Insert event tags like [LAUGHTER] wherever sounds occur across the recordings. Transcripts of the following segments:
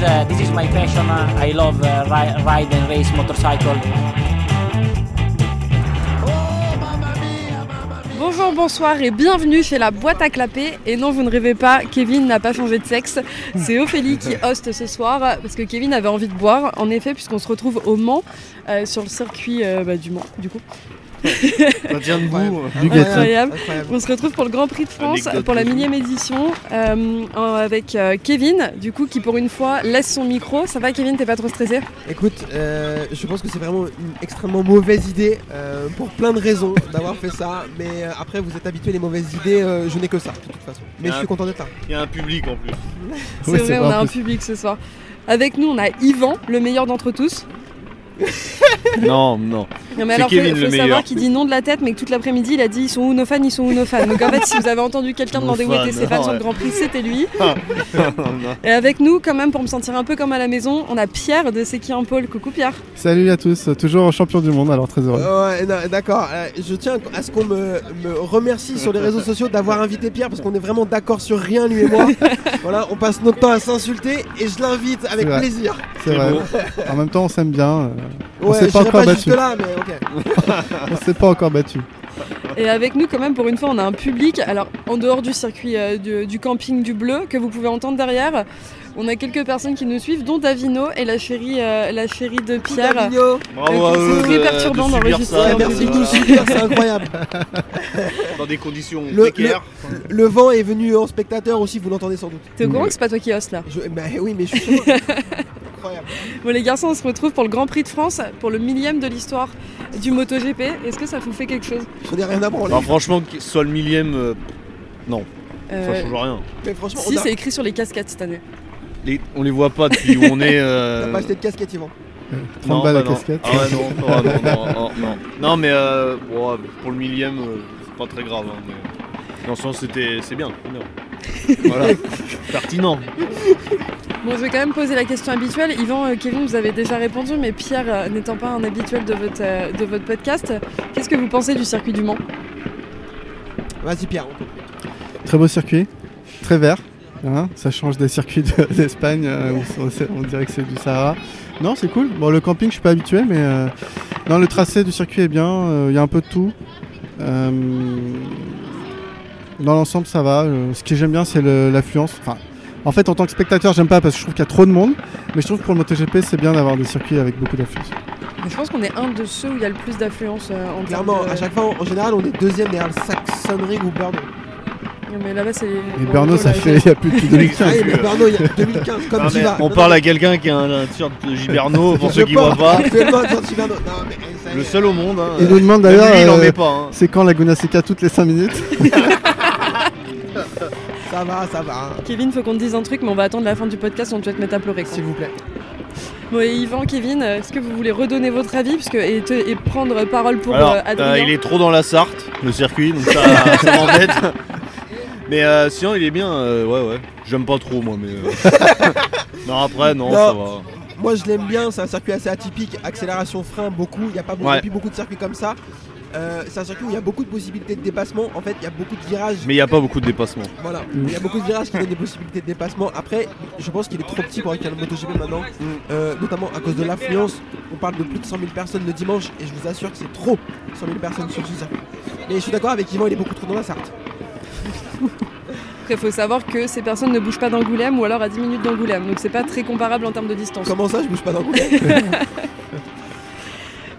uh, my passion. I love uh, ri- ride and race motorcycle. Bonjour, bonsoir et bienvenue chez la boîte à clapper. Et non, vous ne rêvez pas, Kevin n'a pas changé de sexe. C'est Ophélie qui hoste ce soir parce que Kevin avait envie de boire. En effet, puisqu'on se retrouve au Mans, euh, sur le circuit euh, bah, du Mans, du coup. Ça tient debout. Du gâteau. Incroyable. Incroyable. On se retrouve pour le Grand Prix de France, Anecdote pour la du jour. millième édition, euh, en- avec euh, Kevin, du coup, qui pour une fois laisse son micro. Ça va, Kevin, t'es pas trop stressé Écoute, euh, je pense que c'est vraiment une extrêmement mauvaise idée euh, pour plein de raisons d'avoir fait ça. Mais euh, après, vous êtes habitués les mauvaises idées, euh, je n'ai que ça de toute façon. Mais je suis content d'être là. Il y a un public en plus. C'est Oui, vrai, c'est on vrai, a en un plus. public ce soir. Avec nous, on a Yvan, le meilleur d'entre tous. [LAUGHS] Non, non. Non, mais C'est alors, faut- Kevin, faut, le savoir meilleur. qu'il dit non de la tête, mais que toute l'après-midi, il a dit ils sont où nos fans, ils sont où nos fans. Donc en fait, si vous avez entendu quelqu'un Nos demander où étaient fans, ses fans ouais. Ah, sur le Grand Prix, c'était [LAUGHS] lui. Non, non. Et avec nous, quand même, pour me sentir un peu comme à la maison, on a Pierre de C'est qui un Paul. Coucou Pierre. Salut à tous, euh, toujours champion du monde, alors très Oh, heureux. Ouais, non, D'accord, euh, je tiens à ce qu'on me, me remercie sur les réseaux sociaux d'avoir invité Pierre parce qu'on est vraiment d'accord sur rien, lui [LAUGHS] et moi. voilà, on passe notre temps à s'insulter et je l'invite avec C'est vrai. plaisir. C'est vrai. En même temps, on s'aime bien. euh, On Ouais, s'est pas j'irai encore pas battu. jusque là, mais ok. On s'est pas encore battu. Et avec nous, quand même, pour une fois, on a un public. Alors, en dehors du circuit euh, du, du camping du Bleu, que vous pouvez entendre derrière, on a quelques personnes qui nous suivent, dont Davino et la chérie, euh, la chérie de Tout Pierre. Avignon. Bravo Ok, à c'est eux très de- perturbant de subir d'enregistrer ça, Ouais, un de- merci de voilà. nous soutenir, c'est incroyable. Dans des conditions Le- précaires. Le vent est venu en spectateur aussi, vous l'entendez sans doute. T'es au courant que c'est pas toi qui host là Je- bah oui, mais je [LAUGHS] suis chez moi. Incroyable. Bon, les garçons, on se retrouve pour le Grand Prix de France, pour le millième de l'histoire du MotoGP. Est-ce que ça vous fait quelque chose J'en ai rien à branler. Alors, Bah, franchement, que ce soit le millième, euh, ça Euh, change rien. Mais franchement, Si, on a- c'est écrit sur les casquettes cette année. Les- on les voit pas depuis où on est. euh, [LAUGHS] on a pas acheté de casquette, Yvan. 30 non, balles bah à non. casquette. Ah ouais, [LAUGHS] non, ah non, non, non, non. Non, mais euh, bon, pour le millième, euh, c'est pas très grave. hein, mais Dans le sens, c'était, c'est bien. c'est bien. Voilà, pertinent. Bon, je vais quand même poser la question habituelle. Yvan, euh, Kevin, vous avez déjà répondu, mais Pierre, euh, n'étant pas un habituel de votre, euh, de votre podcast, euh, qu'est-ce que vous pensez du circuit du Mans Vas-y, Pierre. on peut- Très beau circuit, très vert. hein, ça change des circuits de- [LAUGHS] d'Espagne euh, où on, c'est- on dirait que c'est du Sahara. Non, c'est cool. Bon, le camping, je suis pas habitué, mais euh, non, le tracé du circuit est bien. euh, Il y a un peu de tout. Euh, dans l'ensemble, ça va. Euh, ce que j'aime bien, c'est le- l'affluence. Enfin, en fait, en tant que spectateur, j'aime pas parce que je trouve qu'il y a trop de monde. Mais je trouve que pour le MotoGP, c'est bien d'avoir des circuits avec beaucoup d'affluence. Je pense qu'on est un de ceux où il y a le plus d'affluence euh, en termes Clairement, de- à chaque fois, en en général, on est deuxième derrière le Saxon Ring ou Burno. Non, Mais là-bas, c'est. Et Berno, ça fait il y a plus de 2015. Ah, mais euh, Burno, il y a 2015, comme Ah, tu mais vas. on parle à quelqu'un qui a un, un t-shirt de Giberno, pour Je ceux qui parle voient pas. actuellement à Giorgi Burno. Non, mais, eh, ça y Le est. seul au monde. Hein. Il nous demande Même d'ailleurs. lui, il en euh, met pas. hein. C'est quand Laguna Seca toutes les 5 minutes Ça va, ça va. hein. Kevin, faut qu'on te dise un truc, mais on va attendre la fin du podcast, on peut te mettre à pleurer. quoi. S'il vous plaît. Bon, et Yvan, Kevin, euh, est-ce que vous voulez redonner votre avis puisque, et, te- et prendre parole pour Alors, euh, euh, Adrien il est trop dans la Sarthe, le circuit, [LAUGHS] donc ça, ça m'embête. Mais euh, sinon, il est bien. euh, ouais, ouais. J'aime pas trop, moi, mais. euh, [LAUGHS] non, après, non, Non. ça va. Moi, je l'aime bien. C'est un circuit assez atypique. Accélération, frein, beaucoup. Il n'y a pas beaucoup, Ouais. depuis beaucoup de circuits comme ça. Euh, c'est un circuit où il y a beaucoup de possibilités de dépassement. En fait, il y a beaucoup de virages. Mais il n'y a pas beaucoup de dépassements. Voilà, il y a beaucoup de virages qui donnent des possibilités de dépassement. Après, je pense qu'il est trop petit pour avec le MotoGP maintenant, Mm. Euh, notamment à cause de l'affluence. On parle de plus de 100 000 personnes le dimanche et je vous assure que c'est trop 100 000 personnes sur ce circuit. Mais je suis d'accord avec Yvan, il est beaucoup trop dans la Sarthe. Après, faut savoir que ces personnes ne bougent pas d'Angoulême ou alors à 10 minutes d'Angoulême, donc c'est pas très comparable en termes de distance. Comment ça, je bouge pas dans le coup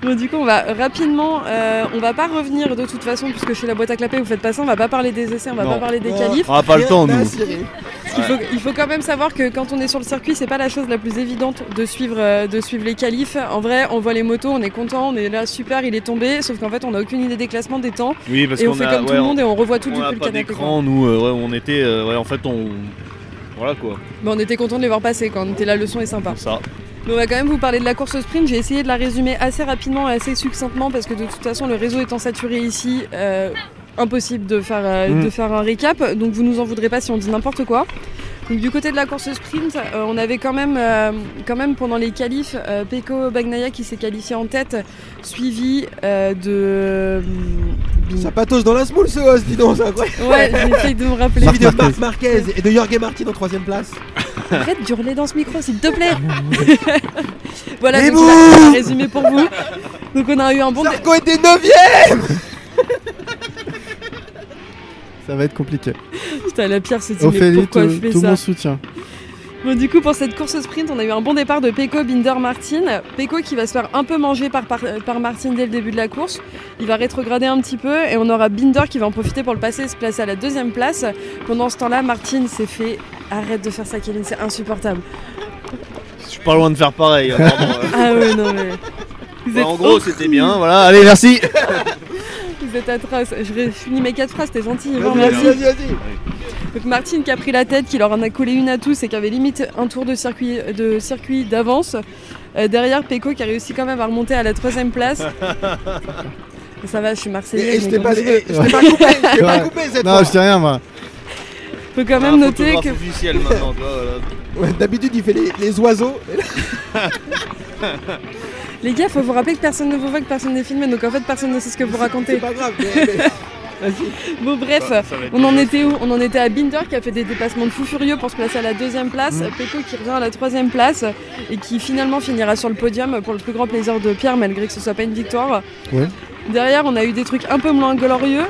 Bon, du coup, on va rapidement, euh, on va pas revenir de toute façon puisque chez la boîte à clapet vous faites pas ça, on va pas parler des essais, on va Non. pas parler des Non. qualifs. On n'a pas le temps, Rien à nous. cirer. Il faut, il faut quand même savoir que quand on est sur le circuit, c'est pas la chose la plus évidente de suivre, euh, de suivre les qualifs. En vrai, on voit les motos, on est content, on est là, super, il est tombé, sauf qu'en fait, on n'a aucune idée des classements, des temps, Oui, parce et on qu'on fait a, comme tout ouais, le monde et on revoit tout on- on depuis a le pas canapé. quoi. d'écran, nous. euh, ouais, on était. euh, ouais, en fait, on. Voilà quoi. Mais on était content de les voir passer quand on était là, le son est sympa. Comme ça. Mais on va quand même vous parler de la course au sprint. J'ai essayé de la résumer assez rapidement et assez succinctement parce que de toute façon, le réseau étant saturé ici, euh, impossible de faire, euh, Mm. de faire un récap. Donc vous nous en voudrez pas si on dit n'importe quoi. Donc du côté de la course au sprint, euh, on avait quand même, euh, quand même pendant les qualifs, euh, Peko Bagnaia qui s'est qualifié en tête, suivi euh, de. Ça patauge dans la smoule ce os, dis donc, c'est incroyable. Ouais, j'essaye de me rappeler. Marc Suivi de Marquez. Marc Marquez et de Jorge Martin en troisième place. Arrête d'hurler dans ce micro, s'il te plaît. voilà, Mais donc vous là, on a résumé pour vous. Donc on a eu un bon. dé- Sarko était 9ème Ça va être compliqué. Putain, la pierre se dit, mais Ophélie, tout, pourquoi je fais tout ça mon soutien. Bon, du coup, pour cette course au sprint, on a eu un bon départ de Peko Binder Martin. Peko qui va se faire un peu manger par, par, par Martin dès le début de la course. Il va rétrograder un petit peu et on aura Binder qui va en profiter pour le passer et se placer à la deuxième place. Pendant ce temps-là, Martin s'est fait. Arrête de faire ça, Kevin, c'est insupportable. Je suis pas loin de faire pareil. [LAUGHS] hein, pardon, euh. Ah ouais, non mais. Vous Ouais, êtes en gros, horrible. c'était bien. Voilà, allez, merci. [LAUGHS] Vous êtes atroce. Je ré- finis mes quatre phrases, t'es gentil. Yvan, Vas-y, merci. vas-y. Donc Martine qui a pris la tête, qui leur en a collé une à tous et qui avait limite un tour de circuit de circuit d'avance. Euh, derrière Peko qui a réussi quand même à remonter à la troisième place. Ça va, je suis Et marseillaise. et je mais t'ai quand pas, même. et je t'ai pas coupé, je t'ai pas coupé cette Non, fois je dis rien, moi. Faut quand Un même noter photographe que officiel maintenant, toi, voilà. Ouais, D'habitude il fait les, les oiseaux, et là, les gars, faut vous rappeler que personne ne vous voit, que personne n'est filmé, donc en fait personne ne sait ce que vous c'est racontez. pas grave. mais- mais- Bon bref, Ça- ça va être on en bien. était où On en était à Binder qui a fait des dépassements de fou furieux pour se placer à la deuxième place, Peko qui revient à la troisième place et qui finalement finira sur le podium pour le plus grand plaisir de Pierre malgré que ce soit pas une victoire. Ouais. Derrière on a eu des trucs un peu moins glorieux.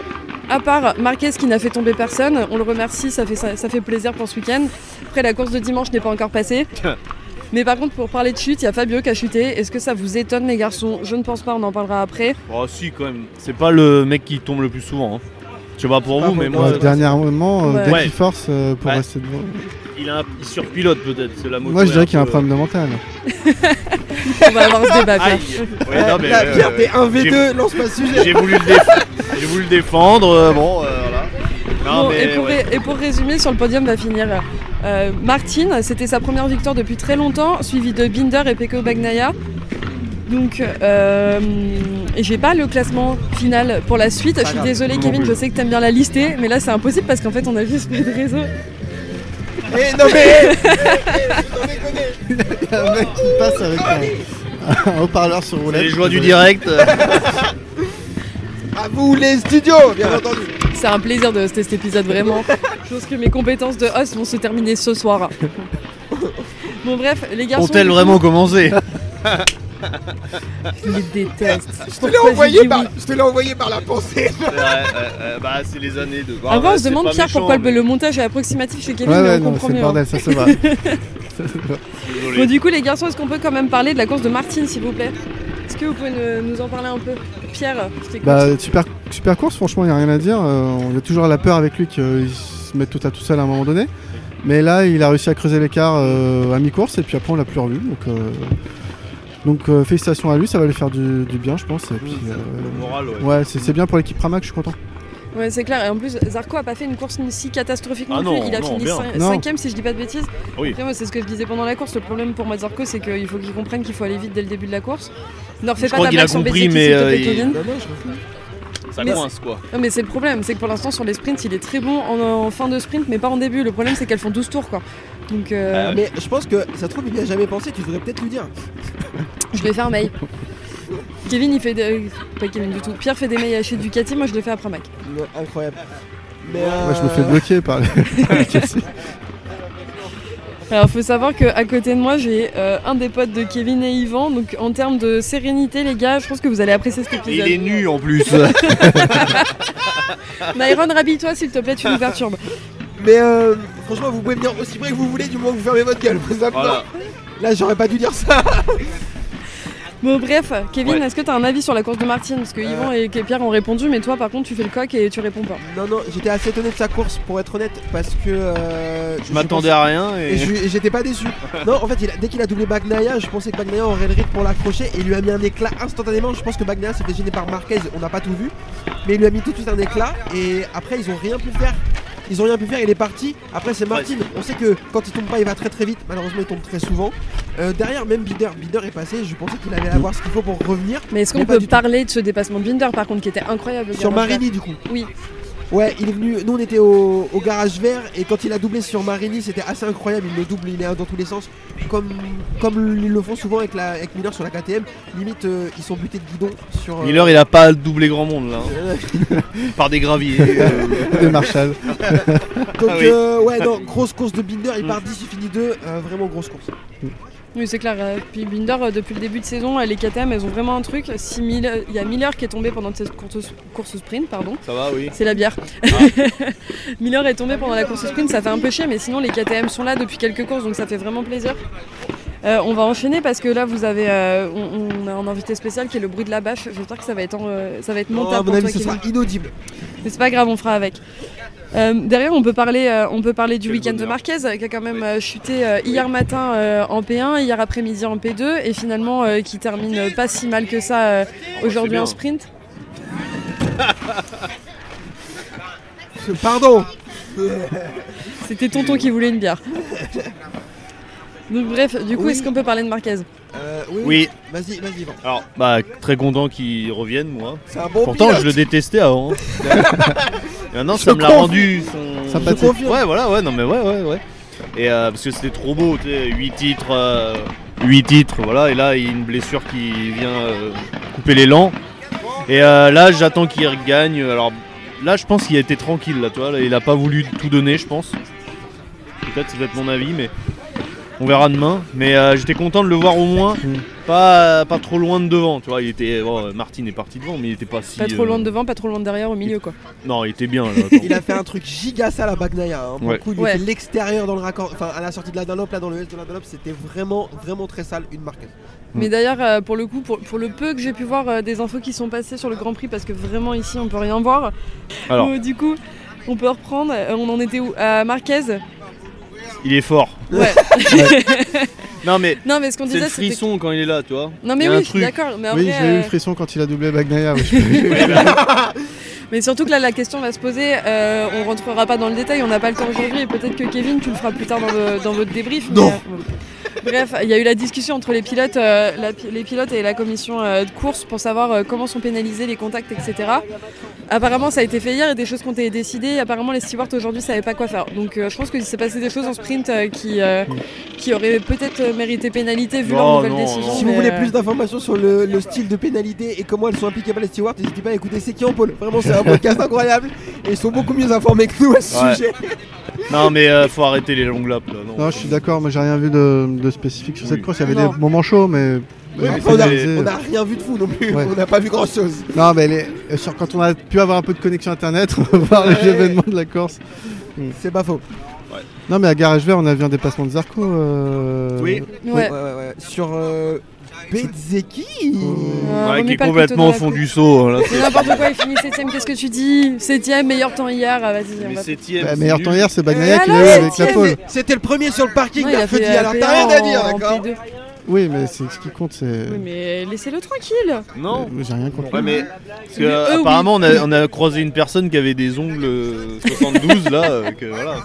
À part Marquez qui n'a fait tomber personne, on le remercie, ça fait, ça, ça fait plaisir pour ce week-end. Après la course de dimanche n'est pas encore passée. Mais par contre pour parler de chute, il y a Fabio qui a chuté. Est-ce que ça vous étonne les garçons Je ne pense pas, on en parlera après. Oh, si, quand même. C'est pas le mec qui tombe le plus souvent. hein. Je sais pas pour Pas vous, pour mais moi, moi, Ouais, dernièrement, euh, Ouais. dès Ouais. qu'il force euh, pour Ouais. rester devant. il, a un... il surpilote peut-être. C'est la moto. Moi, je est dirais qu'il y a un peu- euh, problème de euh. mental. On va avoir ce [LAUGHS] débat. Pierre. Aïe. Ouais, non, mais, la euh, pierre t'es 1v2, j'ai- lance pas ce sujet. J'ai voulu, le déf- j'ai voulu le défendre. euh, bon, euh, voilà. Non, Bon, mais. et, pour ouais. et pour résumer, sur le podium va finir euh, Martine. C'était sa première victoire depuis très longtemps, suivie de Binder et Peko Bagnaia. Donc, euh, et j'ai pas le classement final pour la suite. Je suis grave. désolée, Non Kevin, plus. je sais que t'aimes bien la lister, mais là c'est impossible parce qu'en fait on a juste pas de réseau. Eh, non mais Il y a [LAUGHS] un mec qui passe avec un, un haut-parleur sur C'est roulette. les joies du direct. euh. à vous les studios, bien entendu. C'est un plaisir de tester cet épisode [LAUGHS] vraiment. Je pense que mes compétences de host vont se terminer ce soir. Bon bref, les garçons. Ont-elles du coup, vraiment commencé Je les déteste. Je te l'ai envoyé, par- je te l'ai envoyé par la pensée. C'est [LAUGHS] vrai, euh, euh, Bah, c'est les années de. Bah, Avant, ouais, on se c'est demande, pas Pierre, méchant, pourquoi le- mais- le montage est approximatif chez Kevin, Ouais, mais ouais, on non, comprend c'est le mieux. bordel, ça se va. Ça se va. Désolé. Bon, du coup, les garçons, est-ce qu'on peut quand même parler de la course de Martine, s'il vous plaît Est-ce que vous pouvez ne- nous en parler un peu Pierre, je t'écoute. Bah, super, super course, franchement, il n'y a rien à dire. Euh, on a toujours la peur avec lui qu'il se mette tout à tout seul à un moment donné. Mais là, il a réussi à creuser l'écart euh, à mi-course et puis après, on l'a plus revu. Donc, euh, donc euh, félicitations à lui, ça va lui faire du, du bien, je pense. Et puis, Le euh, moral, ouais. ouais, c'est c'est bien pour l'équipe Pramac, je suis content. Ouais, c'est clair. Et en plus, Zarco a pas fait une course si catastrophique non, Ah non, plus. Il a non, fini bien. cin- Non. cinquième, si je dis pas de bêtises. Oui. Après, moi, c'est ce que je disais pendant la course. Le problème pour moi de Zarco, c'est qu'il faut qu'il comprenne qu'il faut aller vite dès le début de la course. Ne refais Je pas crois ta qu'il blague a sur compris, Bezeki, mais, s'il te euh, plaît, il- Kevin. Ah, Ça Mais- coince, quoi. Non mais c'est le problème, c'est que pour l'instant sur les sprints il est très bon en, en fin de sprint mais pas en début. Le problème c'est qu'elles font 12 tours quoi. Donc euh, Ah Mais je pense que ça se trouve il n'y a jamais pensé, tu devrais peut-être lui dire. je vais faire un mail. Kevin il fait des... pas Kevin du tout. Pierre fait des mails chez Ducati, moi je le fais après Mac. Non, Incroyable. Mais Moi, je me euh, fais bloquer par les. [LAUGHS] Alors faut savoir que à côté de moi j'ai euh, un des potes de Kevin et Yvan. Donc en termes de sérénité les gars, je pense que vous allez apprécier cet Et il épisode. est nu en plus. [LAUGHS] Myron rhabille-toi s'il te plaît, tu nous perturbes. Mais euh, franchement, vous pouvez venir aussi près que vous voulez du moment que vous fermez votre gueule. vous savez voilà. pas. Là, j'aurais pas dû dire ça. Bon bref, Kevin, Ouais. est-ce que t'as un avis sur la course de Martine Parce que Yvan et Pierre ont répondu mais toi par contre tu fais le coq et tu réponds pas. Non, non, j'étais assez étonné de sa course pour être honnête parce que. euh, Je m'attendais à rien pensais- Et et. je- et j'étais pas déçu. Non, en fait, il a- dès qu'il a doublé Bagnaia, je pensais que Bagnaia aurait le rythme pour l'accrocher et il lui a mis un éclat instantanément. Je pense que Bagnaia s'est fait gêner par Marquez, on n'a pas tout vu, mais il lui a mis tout de suite un éclat et après, ils ont rien pu faire. Ils ont rien pu faire, il est parti. Après, c'est Martin. On sait que quand il tombe pas, il va très très vite. Malheureusement, il tombe très souvent. Euh, derrière, même Binder. Binder est passé. Je pensais qu'il allait avoir ce qu'il faut pour revenir. Mais est-ce qu'on Mais pas peut du tout. parler de ce dépassement de Binder par contre qui était incroyable le Sur gars, dans le Marini du coup. Oui. Ouais, il est venu. Nous, on était au, au garage vert et quand il a doublé sur Marini, c'était assez incroyable. Il le double, il est dans tous les sens. Comme, comme ils le font souvent avec, la, avec Miller sur la KTM, limite, euh, ils sont butés de guidon sur. euh, Miller, il a pas doublé grand monde là, hein, euh, [LAUGHS] par des graviers. euh, Des Marshall. donc, Ah oui. euh, ouais, non, grosse course de Binder. Il part 10, il finit 2. vraiment grosse course. Oui, c'est clair. euh, Puis Binder, euh, depuis le début de saison, euh, les KTM, elles ont vraiment un truc. Si Miller- Il y a Miller qui est tombé pendant cette course, course sprint, pardon. ça va, oui. C'est la bière. [LAUGHS] Miller est tombé pendant la course sprint, ça fait un peu chier, mais sinon les KTM sont là depuis quelques courses, donc ça fait vraiment plaisir. Euh, on va enchaîner parce que là, vous avez, euh, on, on a un invité spécial qui est le bruit de la bâche. J'espère que ça va être, en, euh, ça va être Non, montable Oh, à mon pour avis, toi, ce Kevin. sera inaudible. Mais c'est pas grave, on fera avec. Euh, derrière, on peut parler, euh, on peut parler du Quel week-end de bonheur. Marquez euh, qui a quand même Oui. euh, chuté euh, hier matin euh, en P1, hier après-midi en P2 et finalement euh, qui termine euh, pas si mal que ça euh, aujourd'hui bien. en sprint. Pardon C'était Tonton qui voulait une bière. Donc bref, du coup, Oui. est-ce qu'on peut parler de Marquez Euh, Oui. Vas-y, vas-y, va. Alors, bah, très content qu'il revienne, moi. C'est un bon Pourtant, pilote. je le détestais avant. hein. Et maintenant, Je ça me l'a confirme. rendu. son- Sympathique. Je confirme. Ouais, voilà, ouais, non, mais ouais, ouais, ouais. Et euh, parce que c'était trop beau, tu sais, 8 titres, 8 titres, voilà. Et là, il y a une blessure qui vient euh, couper l'élan. Et euh, là, j'attends qu'il regagne. Alors là, je pense qu'il a été tranquille, là, tu vois. là, il a pas voulu tout donner, je pense. Peut-être, ça doit être mon avis, mais on verra demain. Mais euh, j'étais content de le voir au moins, Mm. pas, pas trop loin de devant, tu vois. Il était, bon, euh, Martin est parti devant, mais il était pas si. Pas trop loin de euh, devant, pas trop loin de derrière, au milieu quoi. Non, il était bien. Là, [LAUGHS] attends. Il a fait un truc giga sale à Bagnaia. Hein. Pour Ouais. le coup, il lui Ouais. fait l'extérieur dans le raccord. Enfin, à la sortie de la Dunlop, là, dans le S de la Dunlop, c'était vraiment, vraiment très sale une marque. Mais d'ailleurs, euh, pour le coup, pour, pour le peu que j'ai pu voir euh, des infos qui sont passées sur le Grand Prix, parce que vraiment ici on peut rien voir. Alors. Donc, du coup, on peut reprendre. Euh, on en était où À Marquez il est fort. Ouais. [LAUGHS] Non, mais non, mais ce qu'on c'est disait, le c'était. frisson quand il est là, tu vois. Non, mais Il y a un oui, je suis truc. d'accord. Mais, en Oui, vrai, j'ai eu euh, le frisson quand il a doublé Bagnaia. oui, je peux- mais surtout que là, la question va se poser. euh, on rentrera pas dans le détail, on n'a pas le temps aujourd'hui. Et peut-être que Kevin, tu le feras plus tard dans, le- dans votre débrief. mais, Non. euh, Bref, il y a eu la discussion entre les pilotes, euh, la pi- les pilotes et la commission euh, de course pour savoir euh, comment sont pénalisés les contacts, etc. Apparemment, ça a été fait hier et des choses qui ont été décidées. Apparemment, les stewards aujourd'hui savaient pas quoi faire. Donc, euh, je pense qu'il s'est passé des choses en sprint euh, qui, euh, qui auraient peut-être euh, mérité pénalité vu leur Non, nouvelle non, décision. non. Si vous mais, voulez euh, plus d'informations sur le, le style de pénalité et comment elles sont appliquées par les stewards, n'hésitez pas à écouter C'est qui en pôle. Vraiment, c'est [LAUGHS] un podcast incroyable et ils sont beaucoup mieux informés que nous à ce Ouais. sujet. Non, mais euh, faut arrêter les longues laps là. Non, Non, je suis d'accord, moi j'ai rien vu de, de spécifique sur Oui. cette course. Il y avait Non. des moments chauds, mais. mais mais c'est on, a, réalisé. on a rien vu de fou non plus. Ouais. On n'a pas vu grand chose. Non, mais les- euh, sur- quand on a pu avoir un peu de connexion internet, [LAUGHS] on peut voir les Ouais. événements de la Corse. Mm. C'est pas faux. Non, mais à Garage Vert, on a vu un dépassement de Zarco. euh, Oui. ouais. ouais, ouais, ouais. Sur euh, Bezzeki. Euh, Ouais, remets qui est pas le couteau dans complètement la au fond coupe. du seau. Là, Mais [LAUGHS] n'importe quoi, il finit 7ème, qu'est-ce que tu dis 7ème, meilleur temps hier, ah, vas-y, on va- septième. Bah, meilleur temps hier, c'est Euh, Bagnaia Et ah qui alors, l'a eu avec la septième pole. C'était le premier sur le parking Non, il a mercredi, fait, euh, alors t'as P1 rien à dire, en- en d'accord P2. Oui, mais c'est ce qui compte, c'est. Oui, mais laissez-le tranquille Non. Euh, J'ai rien contre. Ouais, mais parce que, eux, oui. apparemment, on, a, on a croisé une personne qui avait des ongles euh, 72 là. euh, Que, voilà.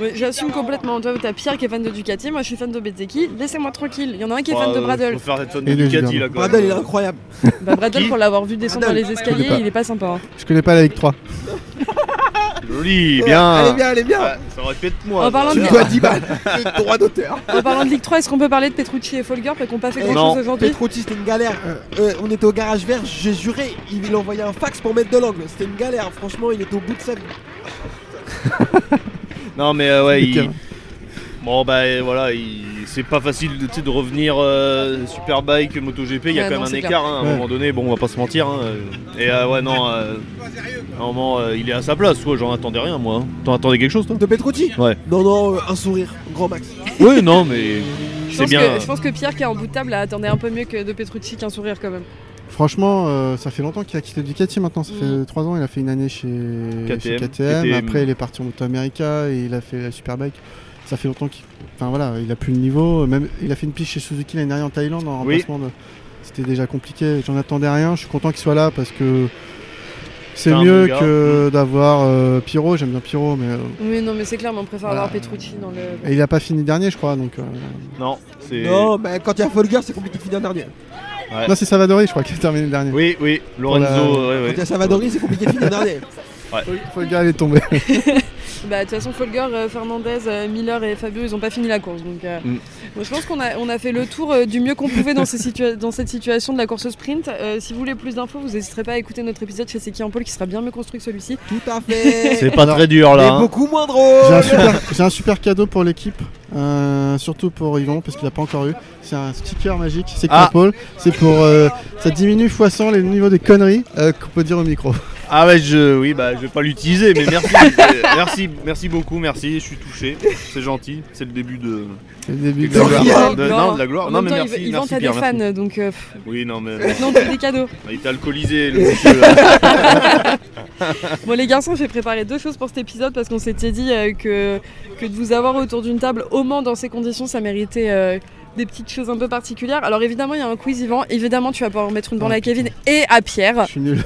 Ouais, J'assume complètement, toi t'as Pierre qui est fan de Ducati, moi je suis fan de Bezzeki, laissez-moi tranquille, il y en a un [LAUGHS] qui est fan Bah, de euh, Bradle. Faut faire cette fan Et de les Ducati là. Gilbert. Quoi. Bradle, il est incroyable. Bah Bradle Qui pour l'avoir vu descendre dans Bradle. les escaliers, pas. il est pas sympa. hein. Je connais pas la Ligue 3. Joli, Elle est Eh bien. bien, elle est bien. Ah, Ça aurait pu être moi. En parlant ça. Tu de- dois [LAUGHS] 10 balles de droit d'auteur. En parlant de Ligue 3, est-ce qu'on peut parler de Petrucci et Folger parce qu'on pas fait Non. grand-chose aujourd'hui Petrucci, c'était une galère. Euh, on était au garage vert, j'ai juré, il envoyait un fax pour mettre de l'angle. C'était une galère, franchement, il était au bout de sa vie. Non, mais euh, ouais, Les il... terrains. Bon, bah euh, voilà, il- c'est pas facile de, tu sais, de revenir euh, Superbike, MotoGP, il y Ouais, a quand non, même un c'est écart hein, à un Ouais. moment donné, bon, on va pas se mentir. hein, euh, et euh, ouais, non, euh, à un moment, euh, il est à sa place, quoi, j'en attendais rien, moi. hein. T'en attendais quelque chose, toi De Petrucci Ouais. Non, non, euh, un sourire, grand max. Oui, non, mais Je c'est pense, bien. que, euh, je pense que Pierre qui est en bout de table attendait un peu mieux que de Petrucci qu'un sourire quand même. Franchement, euh, ça fait longtemps qu'il a quitté Ducati maintenant. Ça Mhm. fait 3 ans. Il a fait une année chez KTM. chez KTM. KTM. Après, il est parti en Moto America et il a fait la Superbike. Ça fait longtemps qu'il. Enfin voilà, il a plus le niveau. Même, il a fait une piste chez Suzuki l'année dernière en Thaïlande en Oui. remplacement de. C'était déjà compliqué. J'en attendais rien. Je suis content qu'il soit là parce que. C'est C'est un Mm. mieux bon gars. que d'avoir euh, Pirot. J'aime bien Pirot, mais. euh, Oui, non, mais c'est clair, mais on préfère Voilà. avoir Petrucci dans le. et il a pas fini dernier, je crois. Donc. euh, Non, c'est. Non, mais quand il y a Folger, c'est compliqué de finir dernier. Ouais. Non, c'est Savadori, je crois, qui a terminé dernier. Oui, oui, Lorenzo, Voilà. euh, ouais, Quand ouais. il y a Savadori, c'est compliqué de finir dernier. Folger, elle est tombée. Bah, de toute façon, Folger, euh, Fernandez, euh, Miller et Fabio, ils ont pas fini la course. Donc, euh, Mm. bon, je pense qu'on a, on a fait le tour euh, du mieux qu'on pouvait dans, ces situa- [LAUGHS] dans cette situation de la course au sprint. Euh, si vous voulez plus d'infos, vous n'hésiterez pas à écouter notre épisode chez C'est qui en Paul qui sera bien mieux construit que celui-ci. Tout à fait. C'est pas très dur Mais là. hein. beaucoup moins J'ai un, drôle. super, j'ai un super cadeau pour l'équipe, euh, surtout pour Yvon, parce qu'il n'a pas encore eu. C'est un sticker magique, c'est Ah. Paul. C'est pour. euh, ça diminue fois 100 les niveaux des conneries euh, qu'on peut dire au micro. Ah ouais, je, oui, bah je vais pas l'utiliser, mais [LAUGHS] merci, Euh, merci, merci beaucoup, merci. Je suis touché, c'est gentil. C'est le début de, C'est [LAUGHS] le début de de la la gloire. gloire. Ah, bah, De- non, de la gloire. En Non, même mais temps, merci, Yvan, merci t'as des Pierre, fans, merci. donc euh, pff, Oui, non mais non, t'as des [LAUGHS] cadeaux. il était alcoolisé le monsieur. hein. là. Bon les garçons, j'ai préparé deux choses pour cet épisode parce qu'on s'était dit euh, que, que de vous avoir autour d'une table au Mans dans ces conditions, ça méritait euh, des petites choses un peu particulières. Alors évidemment, il y a un quiz Yvan. Évidemment, tu vas pouvoir mettre une bande à Kevin et à Pierre. Je suis nul.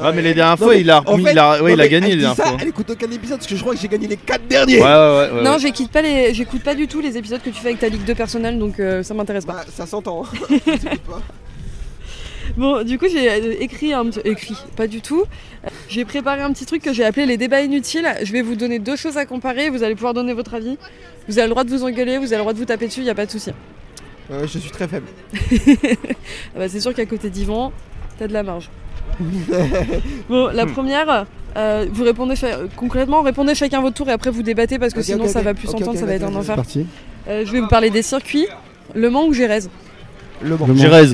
Ah mais les dernières Non, fois, mais il a, en remis, fait- il a, ouais, Non, il a mais gagné elle les dit dernières ça, fois. Elle écoute aucun épisode parce que je crois que j'ai gagné les 4 derniers. Ouais, ouais, ouais. ouais. Non, j'écoute pas les, j'écoute pas du tout les épisodes que tu fais avec ta ligue de personnel, donc euh, ça m'intéresse pas. Bah, ça s'entend. hein. J'écoute pas. Bon, du coup, j'ai euh, écrit un petit- écrit, pas du tout. J'ai préparé un petit truc que j'ai appelé les débats inutiles. Je vais vous donner deux choses à comparer. Vous allez pouvoir donner votre avis. Vous avez le droit de vous engueuler, vous avez le droit de vous taper dessus, il y a pas de souci. Euh, je suis très faible. Ah bah, c'est sûr qu'à côté d'Yvan, t'as de la [LAUGHS] marge. bon, la Hmm. première, euh, vous répondez cha- concrètement, répondez chacun votre tour et après vous débattez parce que Ok, sinon ok, ça ok. va plus Ok, s'entendre, ok, ça va être vas-y, un vas-y. C'est enfer. parti. Euh, je vais vous parler des circuits, Le Mans ou Gérèse. Le bon. Le monde. Jerez.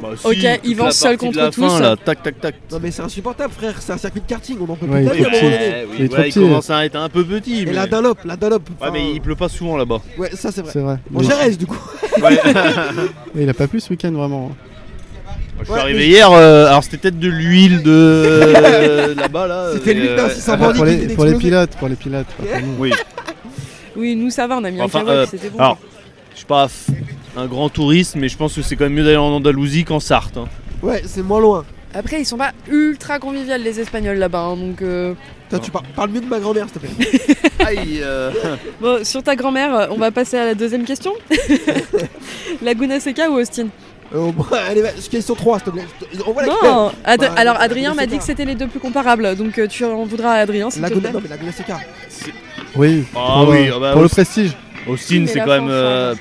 Bah, Ok, Yvan seul contre tous. là, tac, tac, tac. hein. Non mais c'est insupportable frère, c'est un circuit de karting, on en peut plus. Ouais, il la est vie à un petit. moment donné. Ouais, oui, Il est trop ouais, il petit. commence à être un peu petit. Et Oh. Mais... la Dunlop, la Dunlop. Ouais, enfin, mais il pleut pas souvent là-bas. ouais, ça c'est vrai. C'est vrai. Bon, Mais- j'arrête du coup. Ouais. [LAUGHS] mais il a pas plu ce week-end vraiment. Je suis Ouais, arrivé mais- hier, euh, alors c'était peut-être de l'huile [LAUGHS] de euh, là-bas là. C'était mais, l'huile euh, d'insistance. Ah, pour, Vendée qui les, vient pour les d'exploser. pilotes, pour les pilotes. pas pour nous. Oui. Oui, nous ça va, on a mis Enfin, un kawaii, euh, c'était bon. Alors, je suis pas f- un grand touriste, mais je pense que c'est quand même mieux d'aller en Andalousie qu'en Sarthe. hein. Ouais, c'est moins loin. Après, ils sont pas ultra conviviales les Espagnols là-bas, hein, donc. euh, Toi, tu par- parles mieux de ma grand-mère, s'il te plaît. [LAUGHS] Aïe. euh, Bon, sur ta grand-mère, euh, on va passer à la deuxième question. [LAUGHS] Laguna Seca ou Austin Euh, bon, allez, va- question 3, s'il te plaît. On voit la Non, Ad- Bah, alors Laguna Adrien m'a dit Seca. que c'était les deux plus comparables, donc euh, tu en voudras à Adrien. s'il te Laguna, plaît. non mais Laguna Seca. Oui. Ah pour, oui, le- ah bah pour le oui. prestige. Austin, Mais c'est la quand même. France, euh, hein.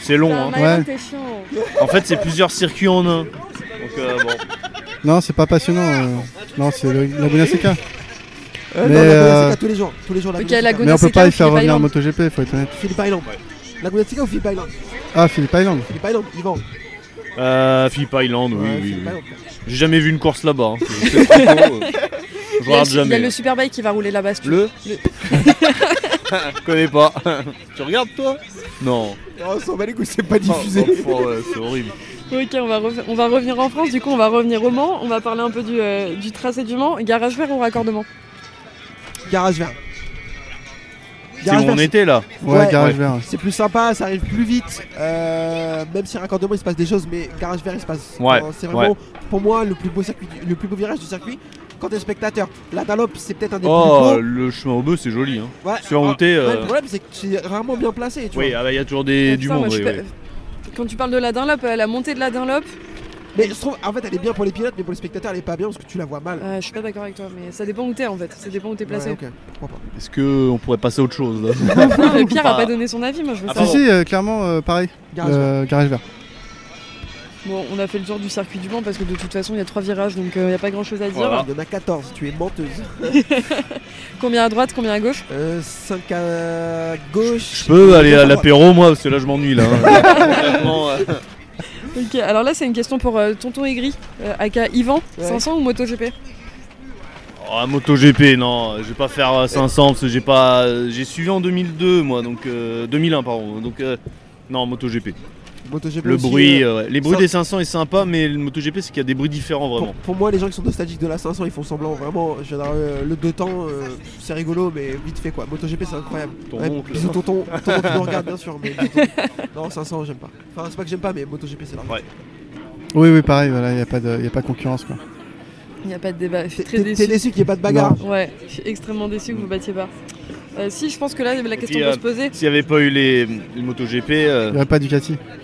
c'est long. Putain, hein. Maëlan, Ouais. t'es chiant. En fait, c'est plusieurs circuits en un. Donc, euh, bon. Non, c'est pas passionnant. euh. Non, c'est le- Laguna Seca. Euh, non, Mais, Laguna euh, Seca tous les jours. Tous les jours, Laguna Ok, Seca. Laguna- Mais on peut Seca pas ou y faire Philippe revenir en Island MotoGP, faut être honnête. Philippe Island. Laguna Seca ou Philippe Island Ah, Philippe Island. Philippe Island, Yvan. Euh, Philippe Island, oui, Ouais, oui, Philippe oui. Island. J'ai jamais vu une course là-bas. hein. C'est trop beau, euh. Je Il y a regarde le- il y a jamais. hein. le Superbike qui va rouler là-bas. si tu veux. Le [LAUGHS] [LAUGHS] Je connais pas. [LAUGHS] tu regardes toi Non. Oh, on s'en bat les couilles, c'est pas diffusé. Oh, oh, ouais, c'est horrible. Ok, on va, refa- on va revenir en France, du coup on va revenir au Mans, on va parler un peu du, euh, du tracé du Mans, garage vert ou raccordement Garage vert. C'est où on vert, était là Ouais, Ouais. garage Ouais. vert. c'est plus sympa, ça arrive plus vite. Euh, même si raccordement il se passe des choses, mais garage vert il se passe. Ouais, enfin, c'est vraiment pour moi le plus beau circuit, du- le plus beau virage du circuit. Quand t'es spectateur, la Dunlop c'est peut-être un des Oh, plus beaux. le chemin au bœuf, c'est joli. Hein. Ouais. ah, Surmonté. Ouais, euh, le problème c'est que c'est rarement bien placé. Tu Oui, vois. ah bah, il y a toujours des, Oh, du putain, monde. moi, je oui, suis oui. pas- Quand tu parles de la Dunlop, euh, la montée de la Dunlop, Mais je trouve en fait elle est bien pour les pilotes, mais pour les spectateurs elle est pas bien parce que tu la vois mal. euh, je suis pas d'accord avec toi, mais ça dépend où t'es en fait, ça dépend où t'es placé. Ouais, ok, pourquoi pas. Est-ce qu'on pourrait passer à autre chose là Non, mais [LAUGHS] Pierre a Ah. pas donné son avis, moi je veux Ah, Si, savoir. si, euh, clairement, euh, pareil. Garage vert. Euh, garage vert. Bon, on a fait le tour du circuit du Mans parce que de toute façon il y a trois virages donc il n'y a pas grand chose à dire. Voilà. Il y en a 14, tu es menteuse. Combien à droite, combien à gauche Euh, 5 à gauche. [LAUGHS] Je peux aller à la l'apéro moi, parce que là je m'ennuie là. hein. [LAUGHS] Franchement, euh, Ok, alors là c'est une question pour euh, Tonton Aigri, euh, aka Yvan, Ouais. 500 ou MotoGP Oh, MotoGP, non, je vais pas faire euh, 500 parce que j'ai pas, euh, j'ai suivi en 2002 moi, donc euh, 2001 pardon, donc euh, non MotoGP. MotoGP Le aussi, bruit, euh, euh, ouais. les bruits ça- des 500 est sympa, mais le MotoGP c'est qu'il y a des bruits différents pour, vraiment. pour moi, les gens qui sont nostalgiques de la 500, ils font semblant vraiment. Je veux dire, euh, le deux temps, euh, c'est rigolo, mais vite fait quoi. MotoGP, c'est incroyable. Ton Ouais, oncle. bisous, tonton, [LAUGHS] tonton, tu nous regardes bien sûr, mais bisous, tonton. non 500, j'aime pas. Enfin, c'est pas que j'aime pas, mais MotoGP, c'est normal. Ouais. Oui, oui, pareil, voilà, il n'y a, pas de- y a pas de concurrence. Quoi. Il n'y a pas de débat, je suis très T'es- T'es t'es déçu. déçu qu'il n'y ait pas de bagarre. Ouais, je suis extrêmement déçu que vous battiez pas. Euh, si, je pense que là la question puis, peut euh, se poser. S'il y avait pas eu les, les MotoGP, euh, hein. Il n'y aurait pas Ducati. ah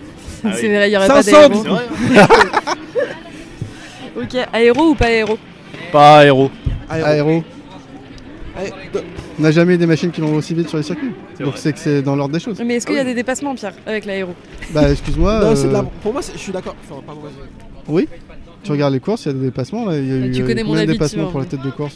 oui. C'est vrai, il y aurait 500, pas c'est d'aéro. vrai. hein. Ok, aéro ou pas aéro Pas aéro. Aéro. Aéro. Allez, do- On n'a jamais eu des machines qui vont aussi vite sur les circuits. C'est Donc vrai. c'est que c'est dans l'ordre [LAUGHS] des choses. Mais est-ce qu'il y a des dépassements, Pierre, avec l'aéro Bah excuse-moi. non, c'est de la- euh, Pour moi, c'est- je suis d'accord. Enfin, pardon, vas-y. Oui. Tu regardes les courses, il y a des dépassements là. Il y a Bah, eu tu euh, connais mon combien de avis, tu dépassements vois. pour la tête de course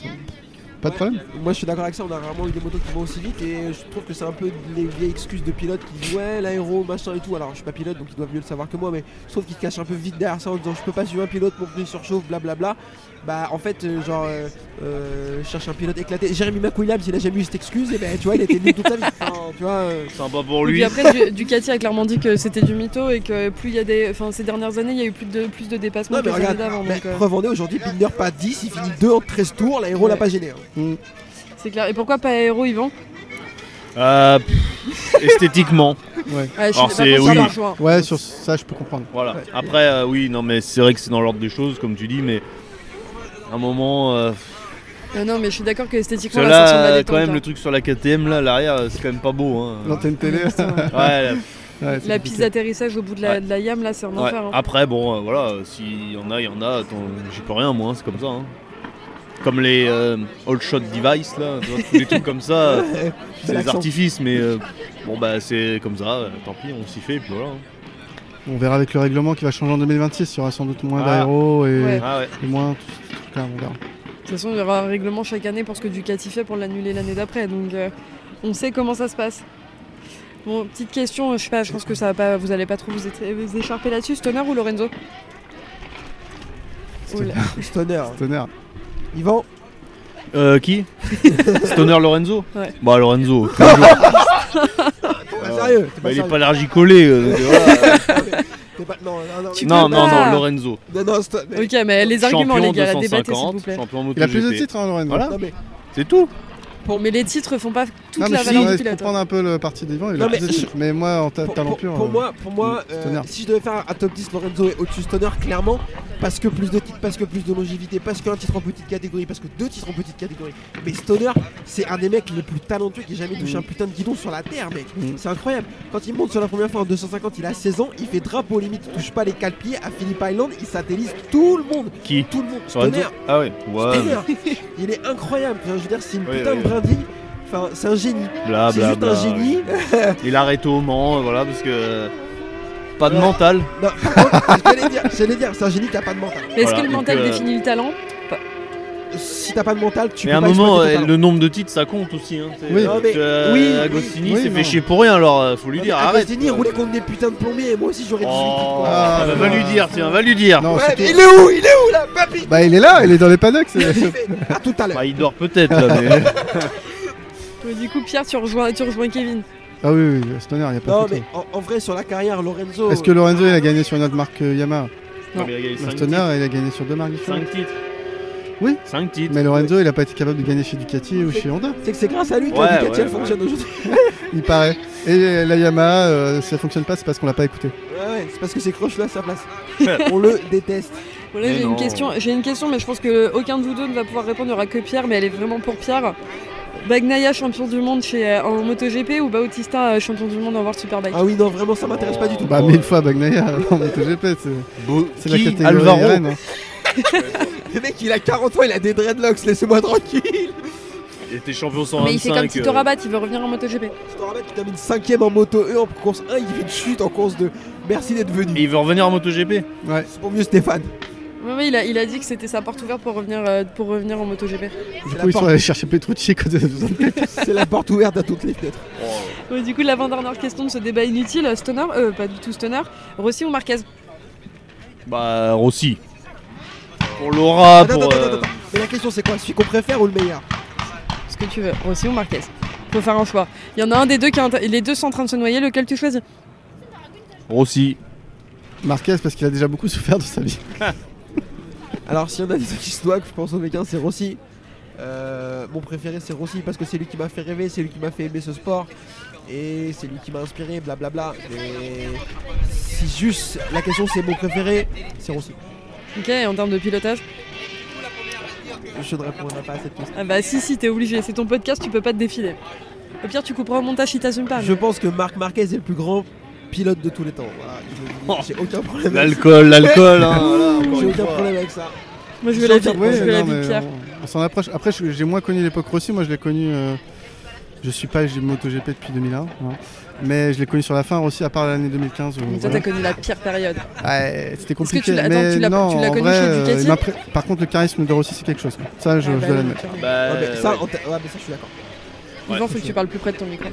Pas de problème. Moi, je suis d'accord avec ça. On a rarement eu des motos qui vont aussi vite. Et je trouve que c'est un peu les vieilles excuses de pilotes qui disent Ouais, l'aéro, machin et tout. Alors, je suis pas pilote, donc ils doivent mieux le savoir que moi. Mais je trouve qu'ils se cachent un peu vite derrière ça en disant Je peux pas suivre un pilote, mon pneu surchauffe, blablabla. Bah, en fait, euh, genre, euh, euh, je cherche un pilote éclaté. Jérémy McWilliams, il a jamais eu cette excuse. Et ben, tu vois, il était nul toute sa vie. Enfin, tu vois. euh, Sympa pour Et lui. puis après, du, Ducati a clairement dit que c'était du mytho et que plus il y a des. Enfin, ces dernières années, il y a eu plus de, plus de dépassements Non, que mais les années regarde, d'avant. mais donc, euh, preuve en est aujourd'hui, Binder pas 10, il finit 2 en 13 tours. L'aéro l'a pas gêné. hein. c'est clair. Et pourquoi pas aéro, Yvan Euh, pff, esthétiquement. Ouais, Ah, je Alors, suis pas c'est- contre oui. ça, par contre. Ouais, sur ça, je peux comprendre. Voilà. Après, euh, oui, non, mais c'est vrai que c'est dans l'ordre des choses, comme tu dis, mais à un moment. euh, Euh, non, mais je suis d'accord que esthétiquement, parce que là, ça ressemble à là, des quand même, le tanks, truc sur la KTM, là, l'arrière, euh, c'est quand même pas beau. Hein. L'antenne télé. hein. Putain, ouais. Ouais, là, [LAUGHS] ouais, c'est La compliqué. piste d'atterrissage au bout de la, Ouais. de la yam, là, c'est un ouais. enfer. hein. Après, bon, euh, voilà, euh, s'il y en a, il y en a. Attends, j'y peux rien, moi, hein, c'est comme ça. hein. Comme les euh, All Shot Device, là, tu vois, tous les trucs comme ça. euh, C'est des L'accent. artifices, mais euh, bon, bah c'est comme ça, euh, tant pis, on s'y fait, et puis voilà. hein. On verra avec le règlement qui va changer en 2026. Il y aura sans doute moins Ah. d'aéro et, Ouais. Ah ouais. et moins tout ce truc-là, on verra. De toute façon, il y aura un règlement chaque année pour ce que Ducati fait pour l'annuler l'année d'après. Donc, euh, on sait comment ça se passe. Bon, petite question, euh, je sais pas, je pense que ça va pas, vous allez pas trop vous, éta- vous écharper là-dessus, Stoner ou Lorenzo Stoner. Oula. Stoner. Tonnerre. Yvan, Euh, [LAUGHS] qui Stoner Lorenzo Ouais. Bah Lorenzo. t'es pas oh, sérieux Bah, T'es pas il est sérieux pas largicolé. euh, donc, voilà. T'es pas- Non, non, non, Tu non, peux non, pas. non, Lorenzo. non, non, Sto- mais- Ok, mais les arguments, champion les gars, la 250, débattez s'il vous plaît. champion Il a plus de MotoGP. titres, hein, Lorenzo. Voilà. Non, mais- C'est tout. Mais les titres font pas toute Non, mais la je, valeur ouais, du je pilote. hein. comprends un peu le parti d'Ivan, il Non, a mais- plus de chiffres. mais moi en ta- pour, talent pour- pur. pour euh, moi, pour moi euh, Stoner. si je devais faire un top 10, Lorenzo est au-dessus de Stoner, clairement, parce que plus de titres, parce que plus de longévité, parce qu'un titre en petite catégorie, parce que deux titres en petite catégorie. Mais Stoner, c'est un des mecs les plus talentueux qui ait jamais touché Mm. un putain de guidon sur la terre, mec. Mm. C'est incroyable. Quand il monte sur la première fois en 250, il a 16 ans, il fait drapeau limite, il touche pas les quatre pieds à Phillip Island, il satellise tout le monde, Qui tout le monde. Lorenzo Stoner, Ah ouais. Ouais. Stoner, il est incroyable. Enfin, je veux dire, c'est une Oui, putain oui. Ah, de brindille. Enfin, c'est un génie. Bla c'est bla juste bla. un génie. Il arrête au Mans, euh, voilà, parce que pas de Ouais. mental. Non, [LAUGHS] par contre, j'allais dire, j'allais dire, c'est un génie qui a pas de mental. Mais Est-ce Voilà, que le donc, mental euh, définit le talent Si t'as pas de mental, tu mais peux à un pas moment, exploiter euh, ton le nombre de titres, ça compte aussi. Hein. C'est- Oui. euh, Non, mais- euh, oui, Agostini oui, s'est non. fait chier pour rien, alors euh, faut lui dire. talent. Arrête. Agostini roulait contre des putains de plombiers et moi aussi j'aurais 18 Oh, quoi. Ah, bah, là, va là. lui dire, tiens, va lui dire. Non, Ouais, surtout- mais il est où Il est où là, [LAUGHS] papy Bah il est là, il est dans les paddocks. [LAUGHS] c'est- Il fait- À tout à l'heure. Bah, il dort peut-être là, [LAUGHS] mais. Euh, Du coup, Pierre, tu rejoins, tu rejoins Kevin. ah oui, oui, Stoner, il n'y a pas Non, de mais oh. photo. en, en vrai, sur la carrière, Lorenzo. Est-ce que Lorenzo il a gagné sur une autre marque euh, Yamaha Non, mais il a gagné cinq Stoner il a gagné sur deux marques différentes. 5 titres. Oui. 5 titres. Mais Lorenzo il a pas été capable de gagner chez Ducati ou chez Honda, C'est que c'est grâce à lui que Ouais, la Ducati ouais, elle fonctionne aujourd'hui. [LAUGHS] il paraît. Et euh, la Yamaha, euh, si elle fonctionne pas, c'est parce qu'on l'a pas écouté. Ouais, ouais, c'est parce que c'est croche là [LAUGHS] sa place. On le déteste. Bon, là, Mais j'ai une non. question. J'ai une question, mais je pense que aucun de vous deux ne va pouvoir répondre. Il n'y aura que Pierre, mais elle est vraiment pour Pierre. Bagnaia champion du monde chez, euh, en MotoGP ou Bautista euh, champion du monde en World Superbike Ah oui, non, vraiment, ça m'intéresse pas du tout. Bah Oh, mille ouais. fois Bagnaia [LAUGHS] en MotoGP, c'est- Beau- c'est la Qui catégorie Alvaro. reine, hein. Oh. Le mec, il a 40 ans, il a des dreadlocks, [LAUGHS] laissez-moi tranquille. Il était champion Mais il fait 125. comme Tito euh, Rabat, il veut revenir en MotoGP. Je te rappelle qu'il termine 5ème en moto E en course 1, il fait une chute en course 2. Merci d'être Et venu. il veut revenir en MotoGP. Ouais, C'est pour mieux Stéphane. Oui, oui, il a, il a dit que c'était sa porte ouverte pour revenir, euh, pour revenir en MotoGP. du la coup ils sont porte. allés chercher Petrucci quand ils avaient besoin de- [LAUGHS] C'est la porte ouverte à toutes les fenêtres. Ouais, du coup, l'avant-dernière question de ce débat inutile, Stoner, euh, pas du tout Stoner, Rossi ou Marquez Bah, Rossi. Pour Laura, Attends, pour. attends, euh, attends, attends. Mais la question c'est quoi Celui qu'on préfère ou le meilleur Ce que tu veux, Rossi ou Marquez Faut faire un choix. Il y en a un des deux qui est en train- les deux sont en train de se noyer, lequel tu choisis Rossi. Marquez parce qu'il a déjà beaucoup souffert dans sa vie. Alors s'il y en a des autres qui se doivent, je pense au Pékin, c'est Rossi. Euh, mon préféré c'est Rossi parce que c'est lui qui m'a fait rêver, c'est lui qui m'a fait aimer ce sport. Et c'est lui qui m'a inspiré, blablabla. Mais si juste la question c'est mon préféré, c'est Rossi. Ok, et en termes de pilotage Je ne répondrai pas à cette question. Ah bah si, si, t'es obligé, c'est ton podcast, tu peux pas te défiler. Au pire, tu couperas au montage si t'assumes pas. mais- Je pense que Marc Marquez est le plus grand pilote de tous les temps. Voilà, je- j'ai aucun problème avec ça. L'alcool, l'alcool. hein, voilà, encore J'ai une aucun fois. problème avec ça. Moi, je veux la vie, Ouais, je veux la non, vie mais de Pierre. on- on s'en approche. Après, je- j'ai moins connu l'époque Rossi. Moi, je l'ai connu. euh, je suis pas j'ai MotoGP depuis 2001. hein. Mais je l'ai connu sur la fin aussi, à part l'année 2015. où, Mais toi, voilà. t'as connu la pire période. Ouais, c'était Est-ce que compliqué. tu l'as- attends, mais tu l'as- non, tu l'as en connu vrai, chez euh, Ducati il m'a pré- Par contre, le charisme de Rossi, c'est quelque chose. Ça, je, Ah, bah, je dois non, l'admettre. Pierre. Bah, Ouais, mais ça, ouais. on t'a- ouais, mais ça, je suis d'accord. Ouais. Yvan, faut que tu parles plus près de ton micro.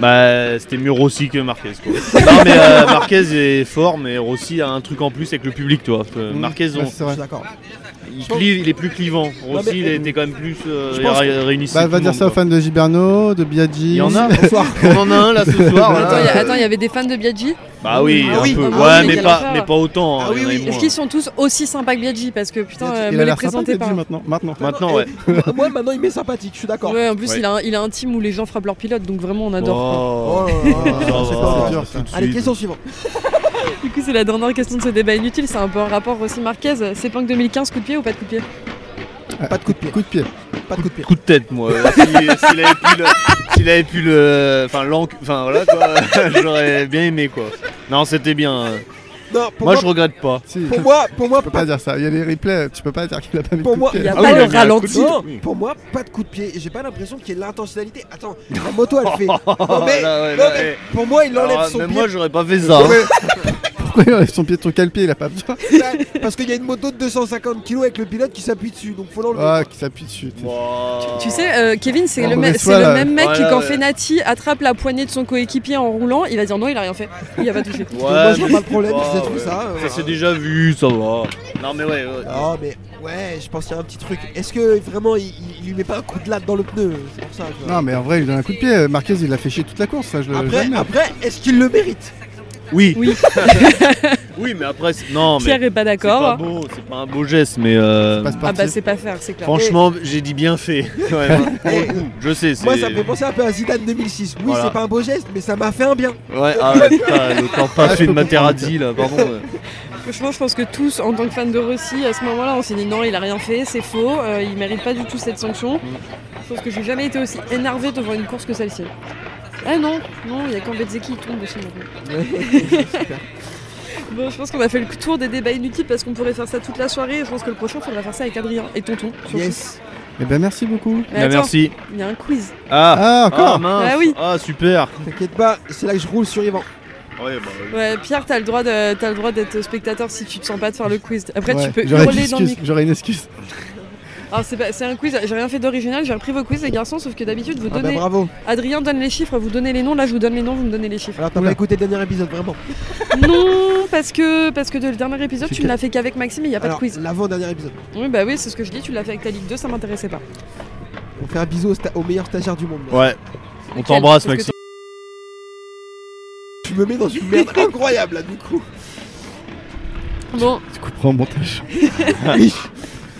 Bah, c'était mieux Rossi que Marquez. [LAUGHS] Quoi. non, mais euh, Marquez est fort, mais Rossi a un truc en plus avec le public, toi. Euh, Mm. Mmh, Marquez, on- ouais, c'est Je vrai. suis d'accord. il, Bah, pense- clive- il est plus clivant. Rossi, mais- il était quand même plus euh, Je pense ré- réunissant Bah, tout va le dire monde, ça aux quoi. fans de Giberno, de Biaggi. Il y en [LAUGHS] a, Bonsoir. on en a un là ce soir. Ah, voilà. Attends, il y a- attends, il y avait des fans de Biaggi. Bah oui, Ah un oui, peu. ah ouais, oui, mais, quel pas, enfer. mais pas autant. Ah hein, il y en a oui, eu oui. moins. Est-ce qu'ils sont tous aussi sympas que Biaggi Parce que Il putain, a- euh, il me a les l'air sympa, présentez Biaggi, pas. Maintenant, maintenant. Maintenant, ouais. Moi, maintenant, il m'est sympathique, je suis d'accord. Ouais, en plus, Ouais. il, a un, il a un team où les gens frappent leur pilote, donc vraiment on adore. Oh. Oh là [LAUGHS] là là là, Ça c'est va, pas c'est dur. dur. tout de Allez, suite. question suivante. quoi. Du coup, c'est la dernière question de ce débat inutile. C'est un peu un rapport Rossi Marquez. C'est Punk 2015, coup de pied ou pas de coup de pied Pas de coup de pied. Coup de pied. Pas de coup de pied. Coup de tête, moi. [LAUGHS] S'il s'il avait pu le. S'il avait pu le. Enfin, l'enc. Enfin, voilà quoi. [LAUGHS] J'aurais bien aimé quoi. Non, c'était bien. Non, pour Moi, moi, je regrette pas. Ah Si, tu pour moi, pour moi, peux pas- pas dire ça. Il y a les replays. Tu peux pas dire qu'il a pas mis Pour de moi, coup de Il y a pied. Ah pas oui, le mais il y a un coup de ralenti. pied. Non, Oui. pour moi, pas de coup de pied. Et J'ai pas l'impression qu'il y ait l'intentionnalité. Attends, la moto elle [LAUGHS] fait. Non, [LAUGHS] mais, Oh, là, ouais, non, là, mais eh. pour moi, il enlève Alors, son même pied. moi, j'aurais pas fait ça. hein. Pourquoi il enlève son pied de ton calpier Il a pas besoin. Ouais, Parce qu'il y a une moto de 250 kg avec le pilote qui s'appuie dessus. Donc faut l'enlever. Ah, qui s'appuie dessus. Wow. Tu sais, euh, Kevin, c'est Non, le, mais me- soit, c'est le là. même mec qui, Voilà, quand ouais. Fenati attrape la poignée de son coéquipier en roulant, il va dire non, il a rien fait. Il a pas touché. Ouais, Donc, moi, je mais vois pas le c'est problème. pas, c'est tout ouais. ça. euh, Ça s'est voilà. Ah. déjà vu, ça va. Non, mais ouais. ouais. Non, mais ouais, je pense qu'il y a un petit truc. Est-ce que vraiment il, il- il lui met pas un coup de latte dans le pneu C'est pour ça. tu vois. Non, mais en vrai, il lui donne un coup de pied. Euh, Marquez, il l'a fait chier toute la course. Ça, je le Après, j'admets. après est-ce qu'il le mérite Oui. Oui. [LAUGHS] oui, mais après, c'est- non, mais. Pierre est pas C'est pas d'accord. beau, c'est pas un beau geste, mais. euh, Passe Ah bah parti. c'est pas faire, c'est clair. Franchement, j'ai dit bien fait. Ouais, bah, pour le coup, [LAUGHS] je sais, c'est. Moi, ça me fait penser un peu à Zidane 2006. Oui, Voilà. c'est pas un beau geste, mais ça m'a fait un bien. Ouais, ah ouais, putain, le temps Ah, pas je fait de peux Materazzi là, pardon. ouais. Franchement, je pense que tous, en tant que fans de Rossi, à ce moment-là, on s'est dit non, il a rien fait, c'est faux, euh, il mérite pas du tout cette sanction. Je pense que j'ai jamais été aussi énervé devant une course que celle-ci. Ah non, non, il y a quand Bezzeki qui tombe dessus maintenant. [LAUGHS] Bon, je pense qu'on a fait le tour des débats inutiles parce qu'on pourrait faire ça toute la soirée. Je pense que le prochain, faudra faire ça avec Adrien et Tonton. surtout. yes. Eh ben, merci beaucoup. Mais Ah, attends, merci. Il y a un quiz. Ah, Ah, ah encore mince. Ah oui. Ah, super. T'inquiète pas, c'est là que je roule sur Yvan. Ouais, bah, Ouais, Pierre, t'as le droit de, t'as le droit d'être spectateur si tu te sens pas de faire le quiz. Après, Ouais, tu peux J'aurais une hurler dans le excuse. micro. J'aurais une excuse. Alors, Ah, c'est, pas- c'est un quiz. J'ai rien fait d'original. J'ai repris vos quiz, les garçons. Sauf que d'habitude, vous Ah bah donnez. bravo. Adrien donne les chiffres, vous donnez les noms. Là, je vous donne les noms, vous me donnez les [LAUGHS] chiffres. Alors t'as Oula. pas écouté le dernier épisode vraiment. non, parce que parce que de- le dernier épisode, C'est tu que- ne l'as fait qu'avec Maxime. Il y a pas Alors de quiz. l'avant dernier épisode. Oui, bah oui, c'est ce que je dis. Tu l'as fait avec ta Ligue 2, ça m'intéressait pas. On fait un bisou au, sta- au meilleur stagiaire du monde. ouais. On Parce t'embrasse, que Maxime. Tu me mets dans une [LAUGHS] merde incroyable là du coup. Bon, Tu couperas en montage. Oui.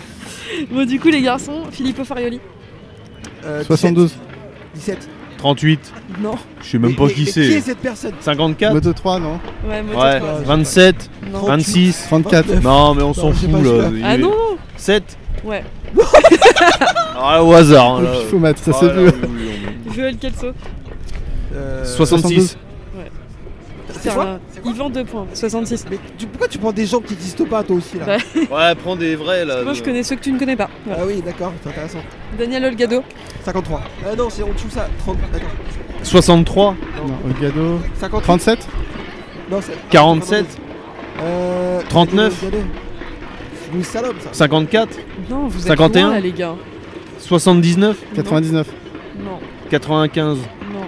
[LAUGHS] bon, du coup, les garçons, Filippo Farioli. Euh, 72. 17. 38. Non. Je sais même pas Mais- qui mais- mais Qui est c'est. cette personne 54. Moto 3, non Ouais, Moto Ouais. trois. 27. Non. 26. 34. 29. Non, mais on s'en Non, j'ai fout pas là. celui-là. Il Ah est- non, non. 7. Ouais. [LAUGHS] Ah, au hasard. hein, Le là. pifomat, ça Ah, s'est là, vu. oui, oui, on- Joël Kelso. Euh, 66. C'est C'est quoi un- Yvan 2 points. 66. Mais tu- pourquoi tu prends des gens qui existent pas toi aussi là Ouais. Ouais, prends des vrais là. Moi, je connais ceux que tu ne connais pas. Voilà. Ah oui d'accord, c'est intéressant. Daniel Olgado. 53. Ah non, c'est on trouve ça. 30. Attends. 63. Non, Olgado. 50. 37 Non, c'est. 47. Euh, 39. regardez. C'est Louis Salom ça. 54. Non, vous êtes 51. loin, là, les gars. 79. 99. Non, 95. non.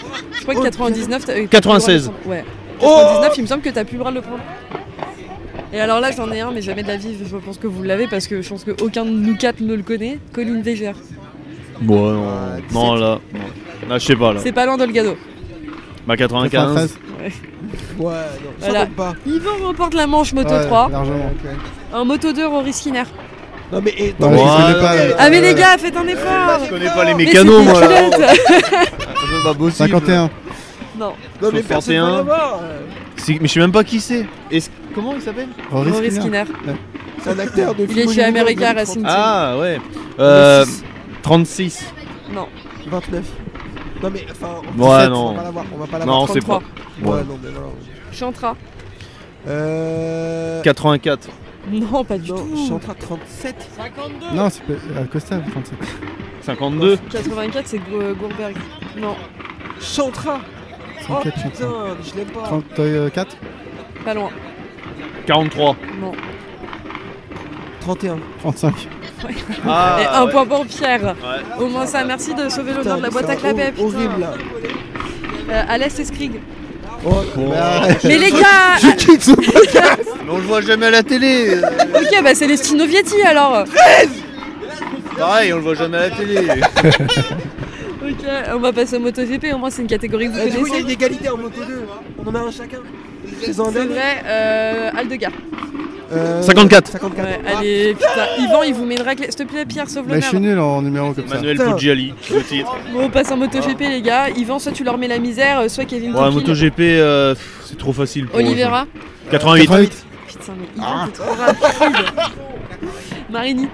Je crois que Oh, 99. t'as- euh, 96. t'as plus le droit de le prendre. Ouais. Oh 99, il me semble que t'as plus le droit de le prendre. Et alors là, j'en ai un, mais jamais de la vie. Je pense que vous l'avez parce que je pense qu'aucun de nous quatre ne le connaît. Colin Végère. Bon, Euh, non, non là. non. Là, je sais pas là. C'est pas loin d'Olgado. Bah, 95. 93. Ouais, non, Voilà. ça compte pas. Yvan remporte la manche Moto Ouais, 3. Largement. Un Moto 2, Rory Skinner. Non mais. et- non, Non, mais Ouais, je connais non, pas, mais- euh, Ah, mais les gars, faites un euh, effort! Je connais pas les Mais mécanos, c'était moi. là. culotte. [LAUGHS] C'est pas possible. 51. Non, non, mais personne 61. va l'avoir. Euh, C'est- Mais je sais même pas qui c'est. Est-ce- Comment il s'appelle Rory Skinner. C'est un acteur de Il est film chez hollywoodien America de Racing Team. Ah ouais. Euh, 36, 36. Non, 29. Non mais enfin. en Ouais, 17, non. On va pas l'avoir. On va pas Non, l'avoir. c'est pas. 33. Ouais, Ouais. non mais non. Chantra. Euh. 84. Non, pas du Non, tout. je suis en train de 37. Non, c'est pas- euh, à Costa, 37. 52 84, c'est Go- Goldberg. Non, Chantra Oh 34, je suis en train. putain, je l'aime Oh. pas. 34 pas loin. 43 Non. 31. 35. Ah, Et un ouais. point pour Pierre. Ouais. Au moins ça, merci de sauver l'honneur de la boîte à putain, clapet. hor- Horrible là. Euh, Alès et Skrig. Oh, Bon. Mais les gars ah, Je quitte ce Mais on le voit jamais à la télé euh, Ok, bah c'est les Stinovietti alors Pareil, on le voit jamais à la télé Ok, on va passer au MotoGP, au moins c'est une catégorie que vous Eh, du coup, il y a connaissez. une égalité en moto 2. On en a un chacun. Fais-en un C'est dernier. vrai, euh, Aldegar. Euh, 54. 54. Ouais, Ah, allez, putain, Yvan, il vous met une raclée. S'il te plaît, Pierre, sauve Mais Bah, je l'honneur. suis nul en numéro comme [LAUGHS] ça. Manuel Putain. Pugiali, le titre. Bon, on passe en MotoGP, Ah. les gars. Yvan, soit tu leur mets la misère, euh, soit Kevin Ouais, Coquille. MotoGP, euh, pff, c'est trop facile pour eux, ça. Oliveira. 88, 88. Putain, mais Yvan, Ah. t'es trop rapide. Marini,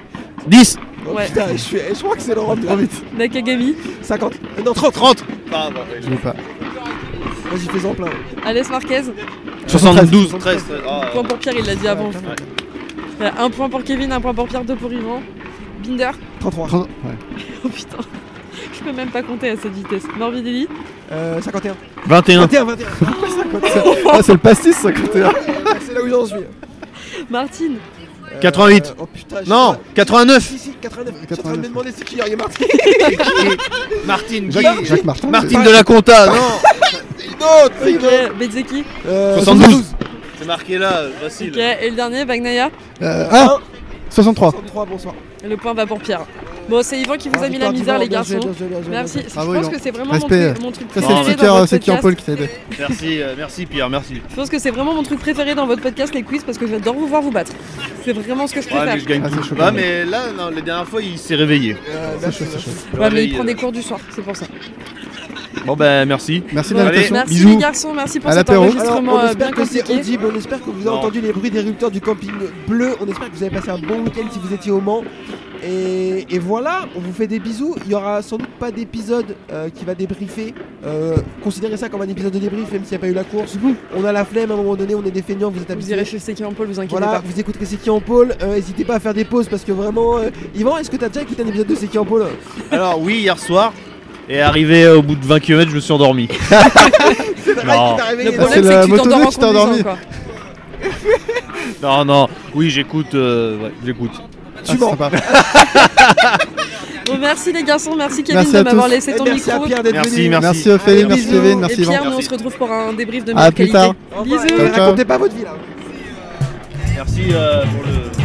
10, Ouais. Oh, Putain, je, suis- je crois que c'est Laurent trop vite. Nakagami, 50. Euh, Non, 30. 30 Je l'ai pas. Vas-y, fais-en plein. Alès Marquez. 72, 13 ah, Point pour Pierre, il l'a dit avant. Euh, Un point pour Kevin, un point pour Pierre, deux pour Yvan. Binder, [LAUGHS] 33. Trente- ouais. oh putain, je peux même pas compter à cette vitesse. Morbidelli, Euh, 51. 21, 21, [LAUGHS] 21. Ah, c'est le pastis 51. c'est là où j'en suis. Martine, Euh, 88. Oh putain. je non, sais pas. Ah, 89 [LAUGHS] Si, si, 89. Je suis en train de 89. me demander c'est qui Aurier Martin. Martine, Jacques, Jacques Martin. Martine de la Conta, non D'autres, [LAUGHS] c'est une autre. ok, Bezeki, Euh, 72. C'est marqué là, euh, ok, facile. et le dernier, Bagnaia. Euh, ah 63. 63, bonsoir. Le point va pour Pierre. Bon, c'est Yvan qui vous a Ah, mis la victoire misère, d'Ivan, les bien joué, garçons. bien joué, bien joué, bien Merci. joué. Je Bravo, pense Yvan. que c'est vraiment mon, Respect. truc- mon truc Ça, c'est préféré le dans sticker, votre c'est qui en podcast. Paul qui t'a aidé. Merci, euh, merci Pierre, merci. Je pense que c'est vraiment mon truc préféré dans votre podcast, les quiz, parce que j'adore vous voir vous battre. C'est vraiment ce que je Ouais, préfère. mais je gagne Ah, c'est tout. chaud, Ouais, quand même. mais là, non, la dernière fois, il s'est réveillé. Euh, C'est merci, chaud, c'est merci. chaud. Ouais, mais il Réveillé. prend des cours du soir, c'est pour ça. Bon, ben, merci. Merci de Bon, l'invitation. Merci les Bisous. garçons, merci pour À cet l'apéro. Alors, enregistrement on euh, bien espère que c'est compliqué. audible, on espère que vous avez Non. entendu les bruits des rupteurs du camping bleu, on espère que vous avez passé un bon week-end si vous étiez au Mans. Et, et voilà, on vous fait des bisous. Il y aura sans doute pas d'épisode euh, qui va débriefer. Euh, considérez ça comme un épisode de débrief, même s'il n'y a pas eu la course. On a la flemme à un moment donné, on est des feignants, vous êtes Vous abusés. irez chez Seki en Paul, vous inquiétez Voilà, vous écouterez C'est qui en pôle. Euh, N'hésitez pas à faire des pauses parce que vraiment. euh, Yvan, est-ce que t'as déjà écouté un épisode de C'est qui en pôle Alors, oui, hier soir, et arrivé euh, au bout de 20 km, je me suis endormi. C'est la Non. règle [LAUGHS] qui t'a pas. Le réveillé, Ah, c'est problème, la c'est que tu moto t'endors deux en qui t'a conduisant, endormi. quoi. Non, non, oui, j'écoute, euh, ouais, j'écoute. Ah, tu mens. sympa. Bon, merci les garçons, merci Kevin Merci de à m'avoir tous. Et laissé ton Eh, merci à micro. Pierre d'être Merci, venu. merci. Merci Ophélie, Allez, merci bisous. Kevin, merci Et Pierre, Yvan. nous on Merci. se retrouve pour un débrief de À meilleure plus qualité. tard. Au revoir, Bisous. et Racontez pas votre vie là. Merci euh, pour le.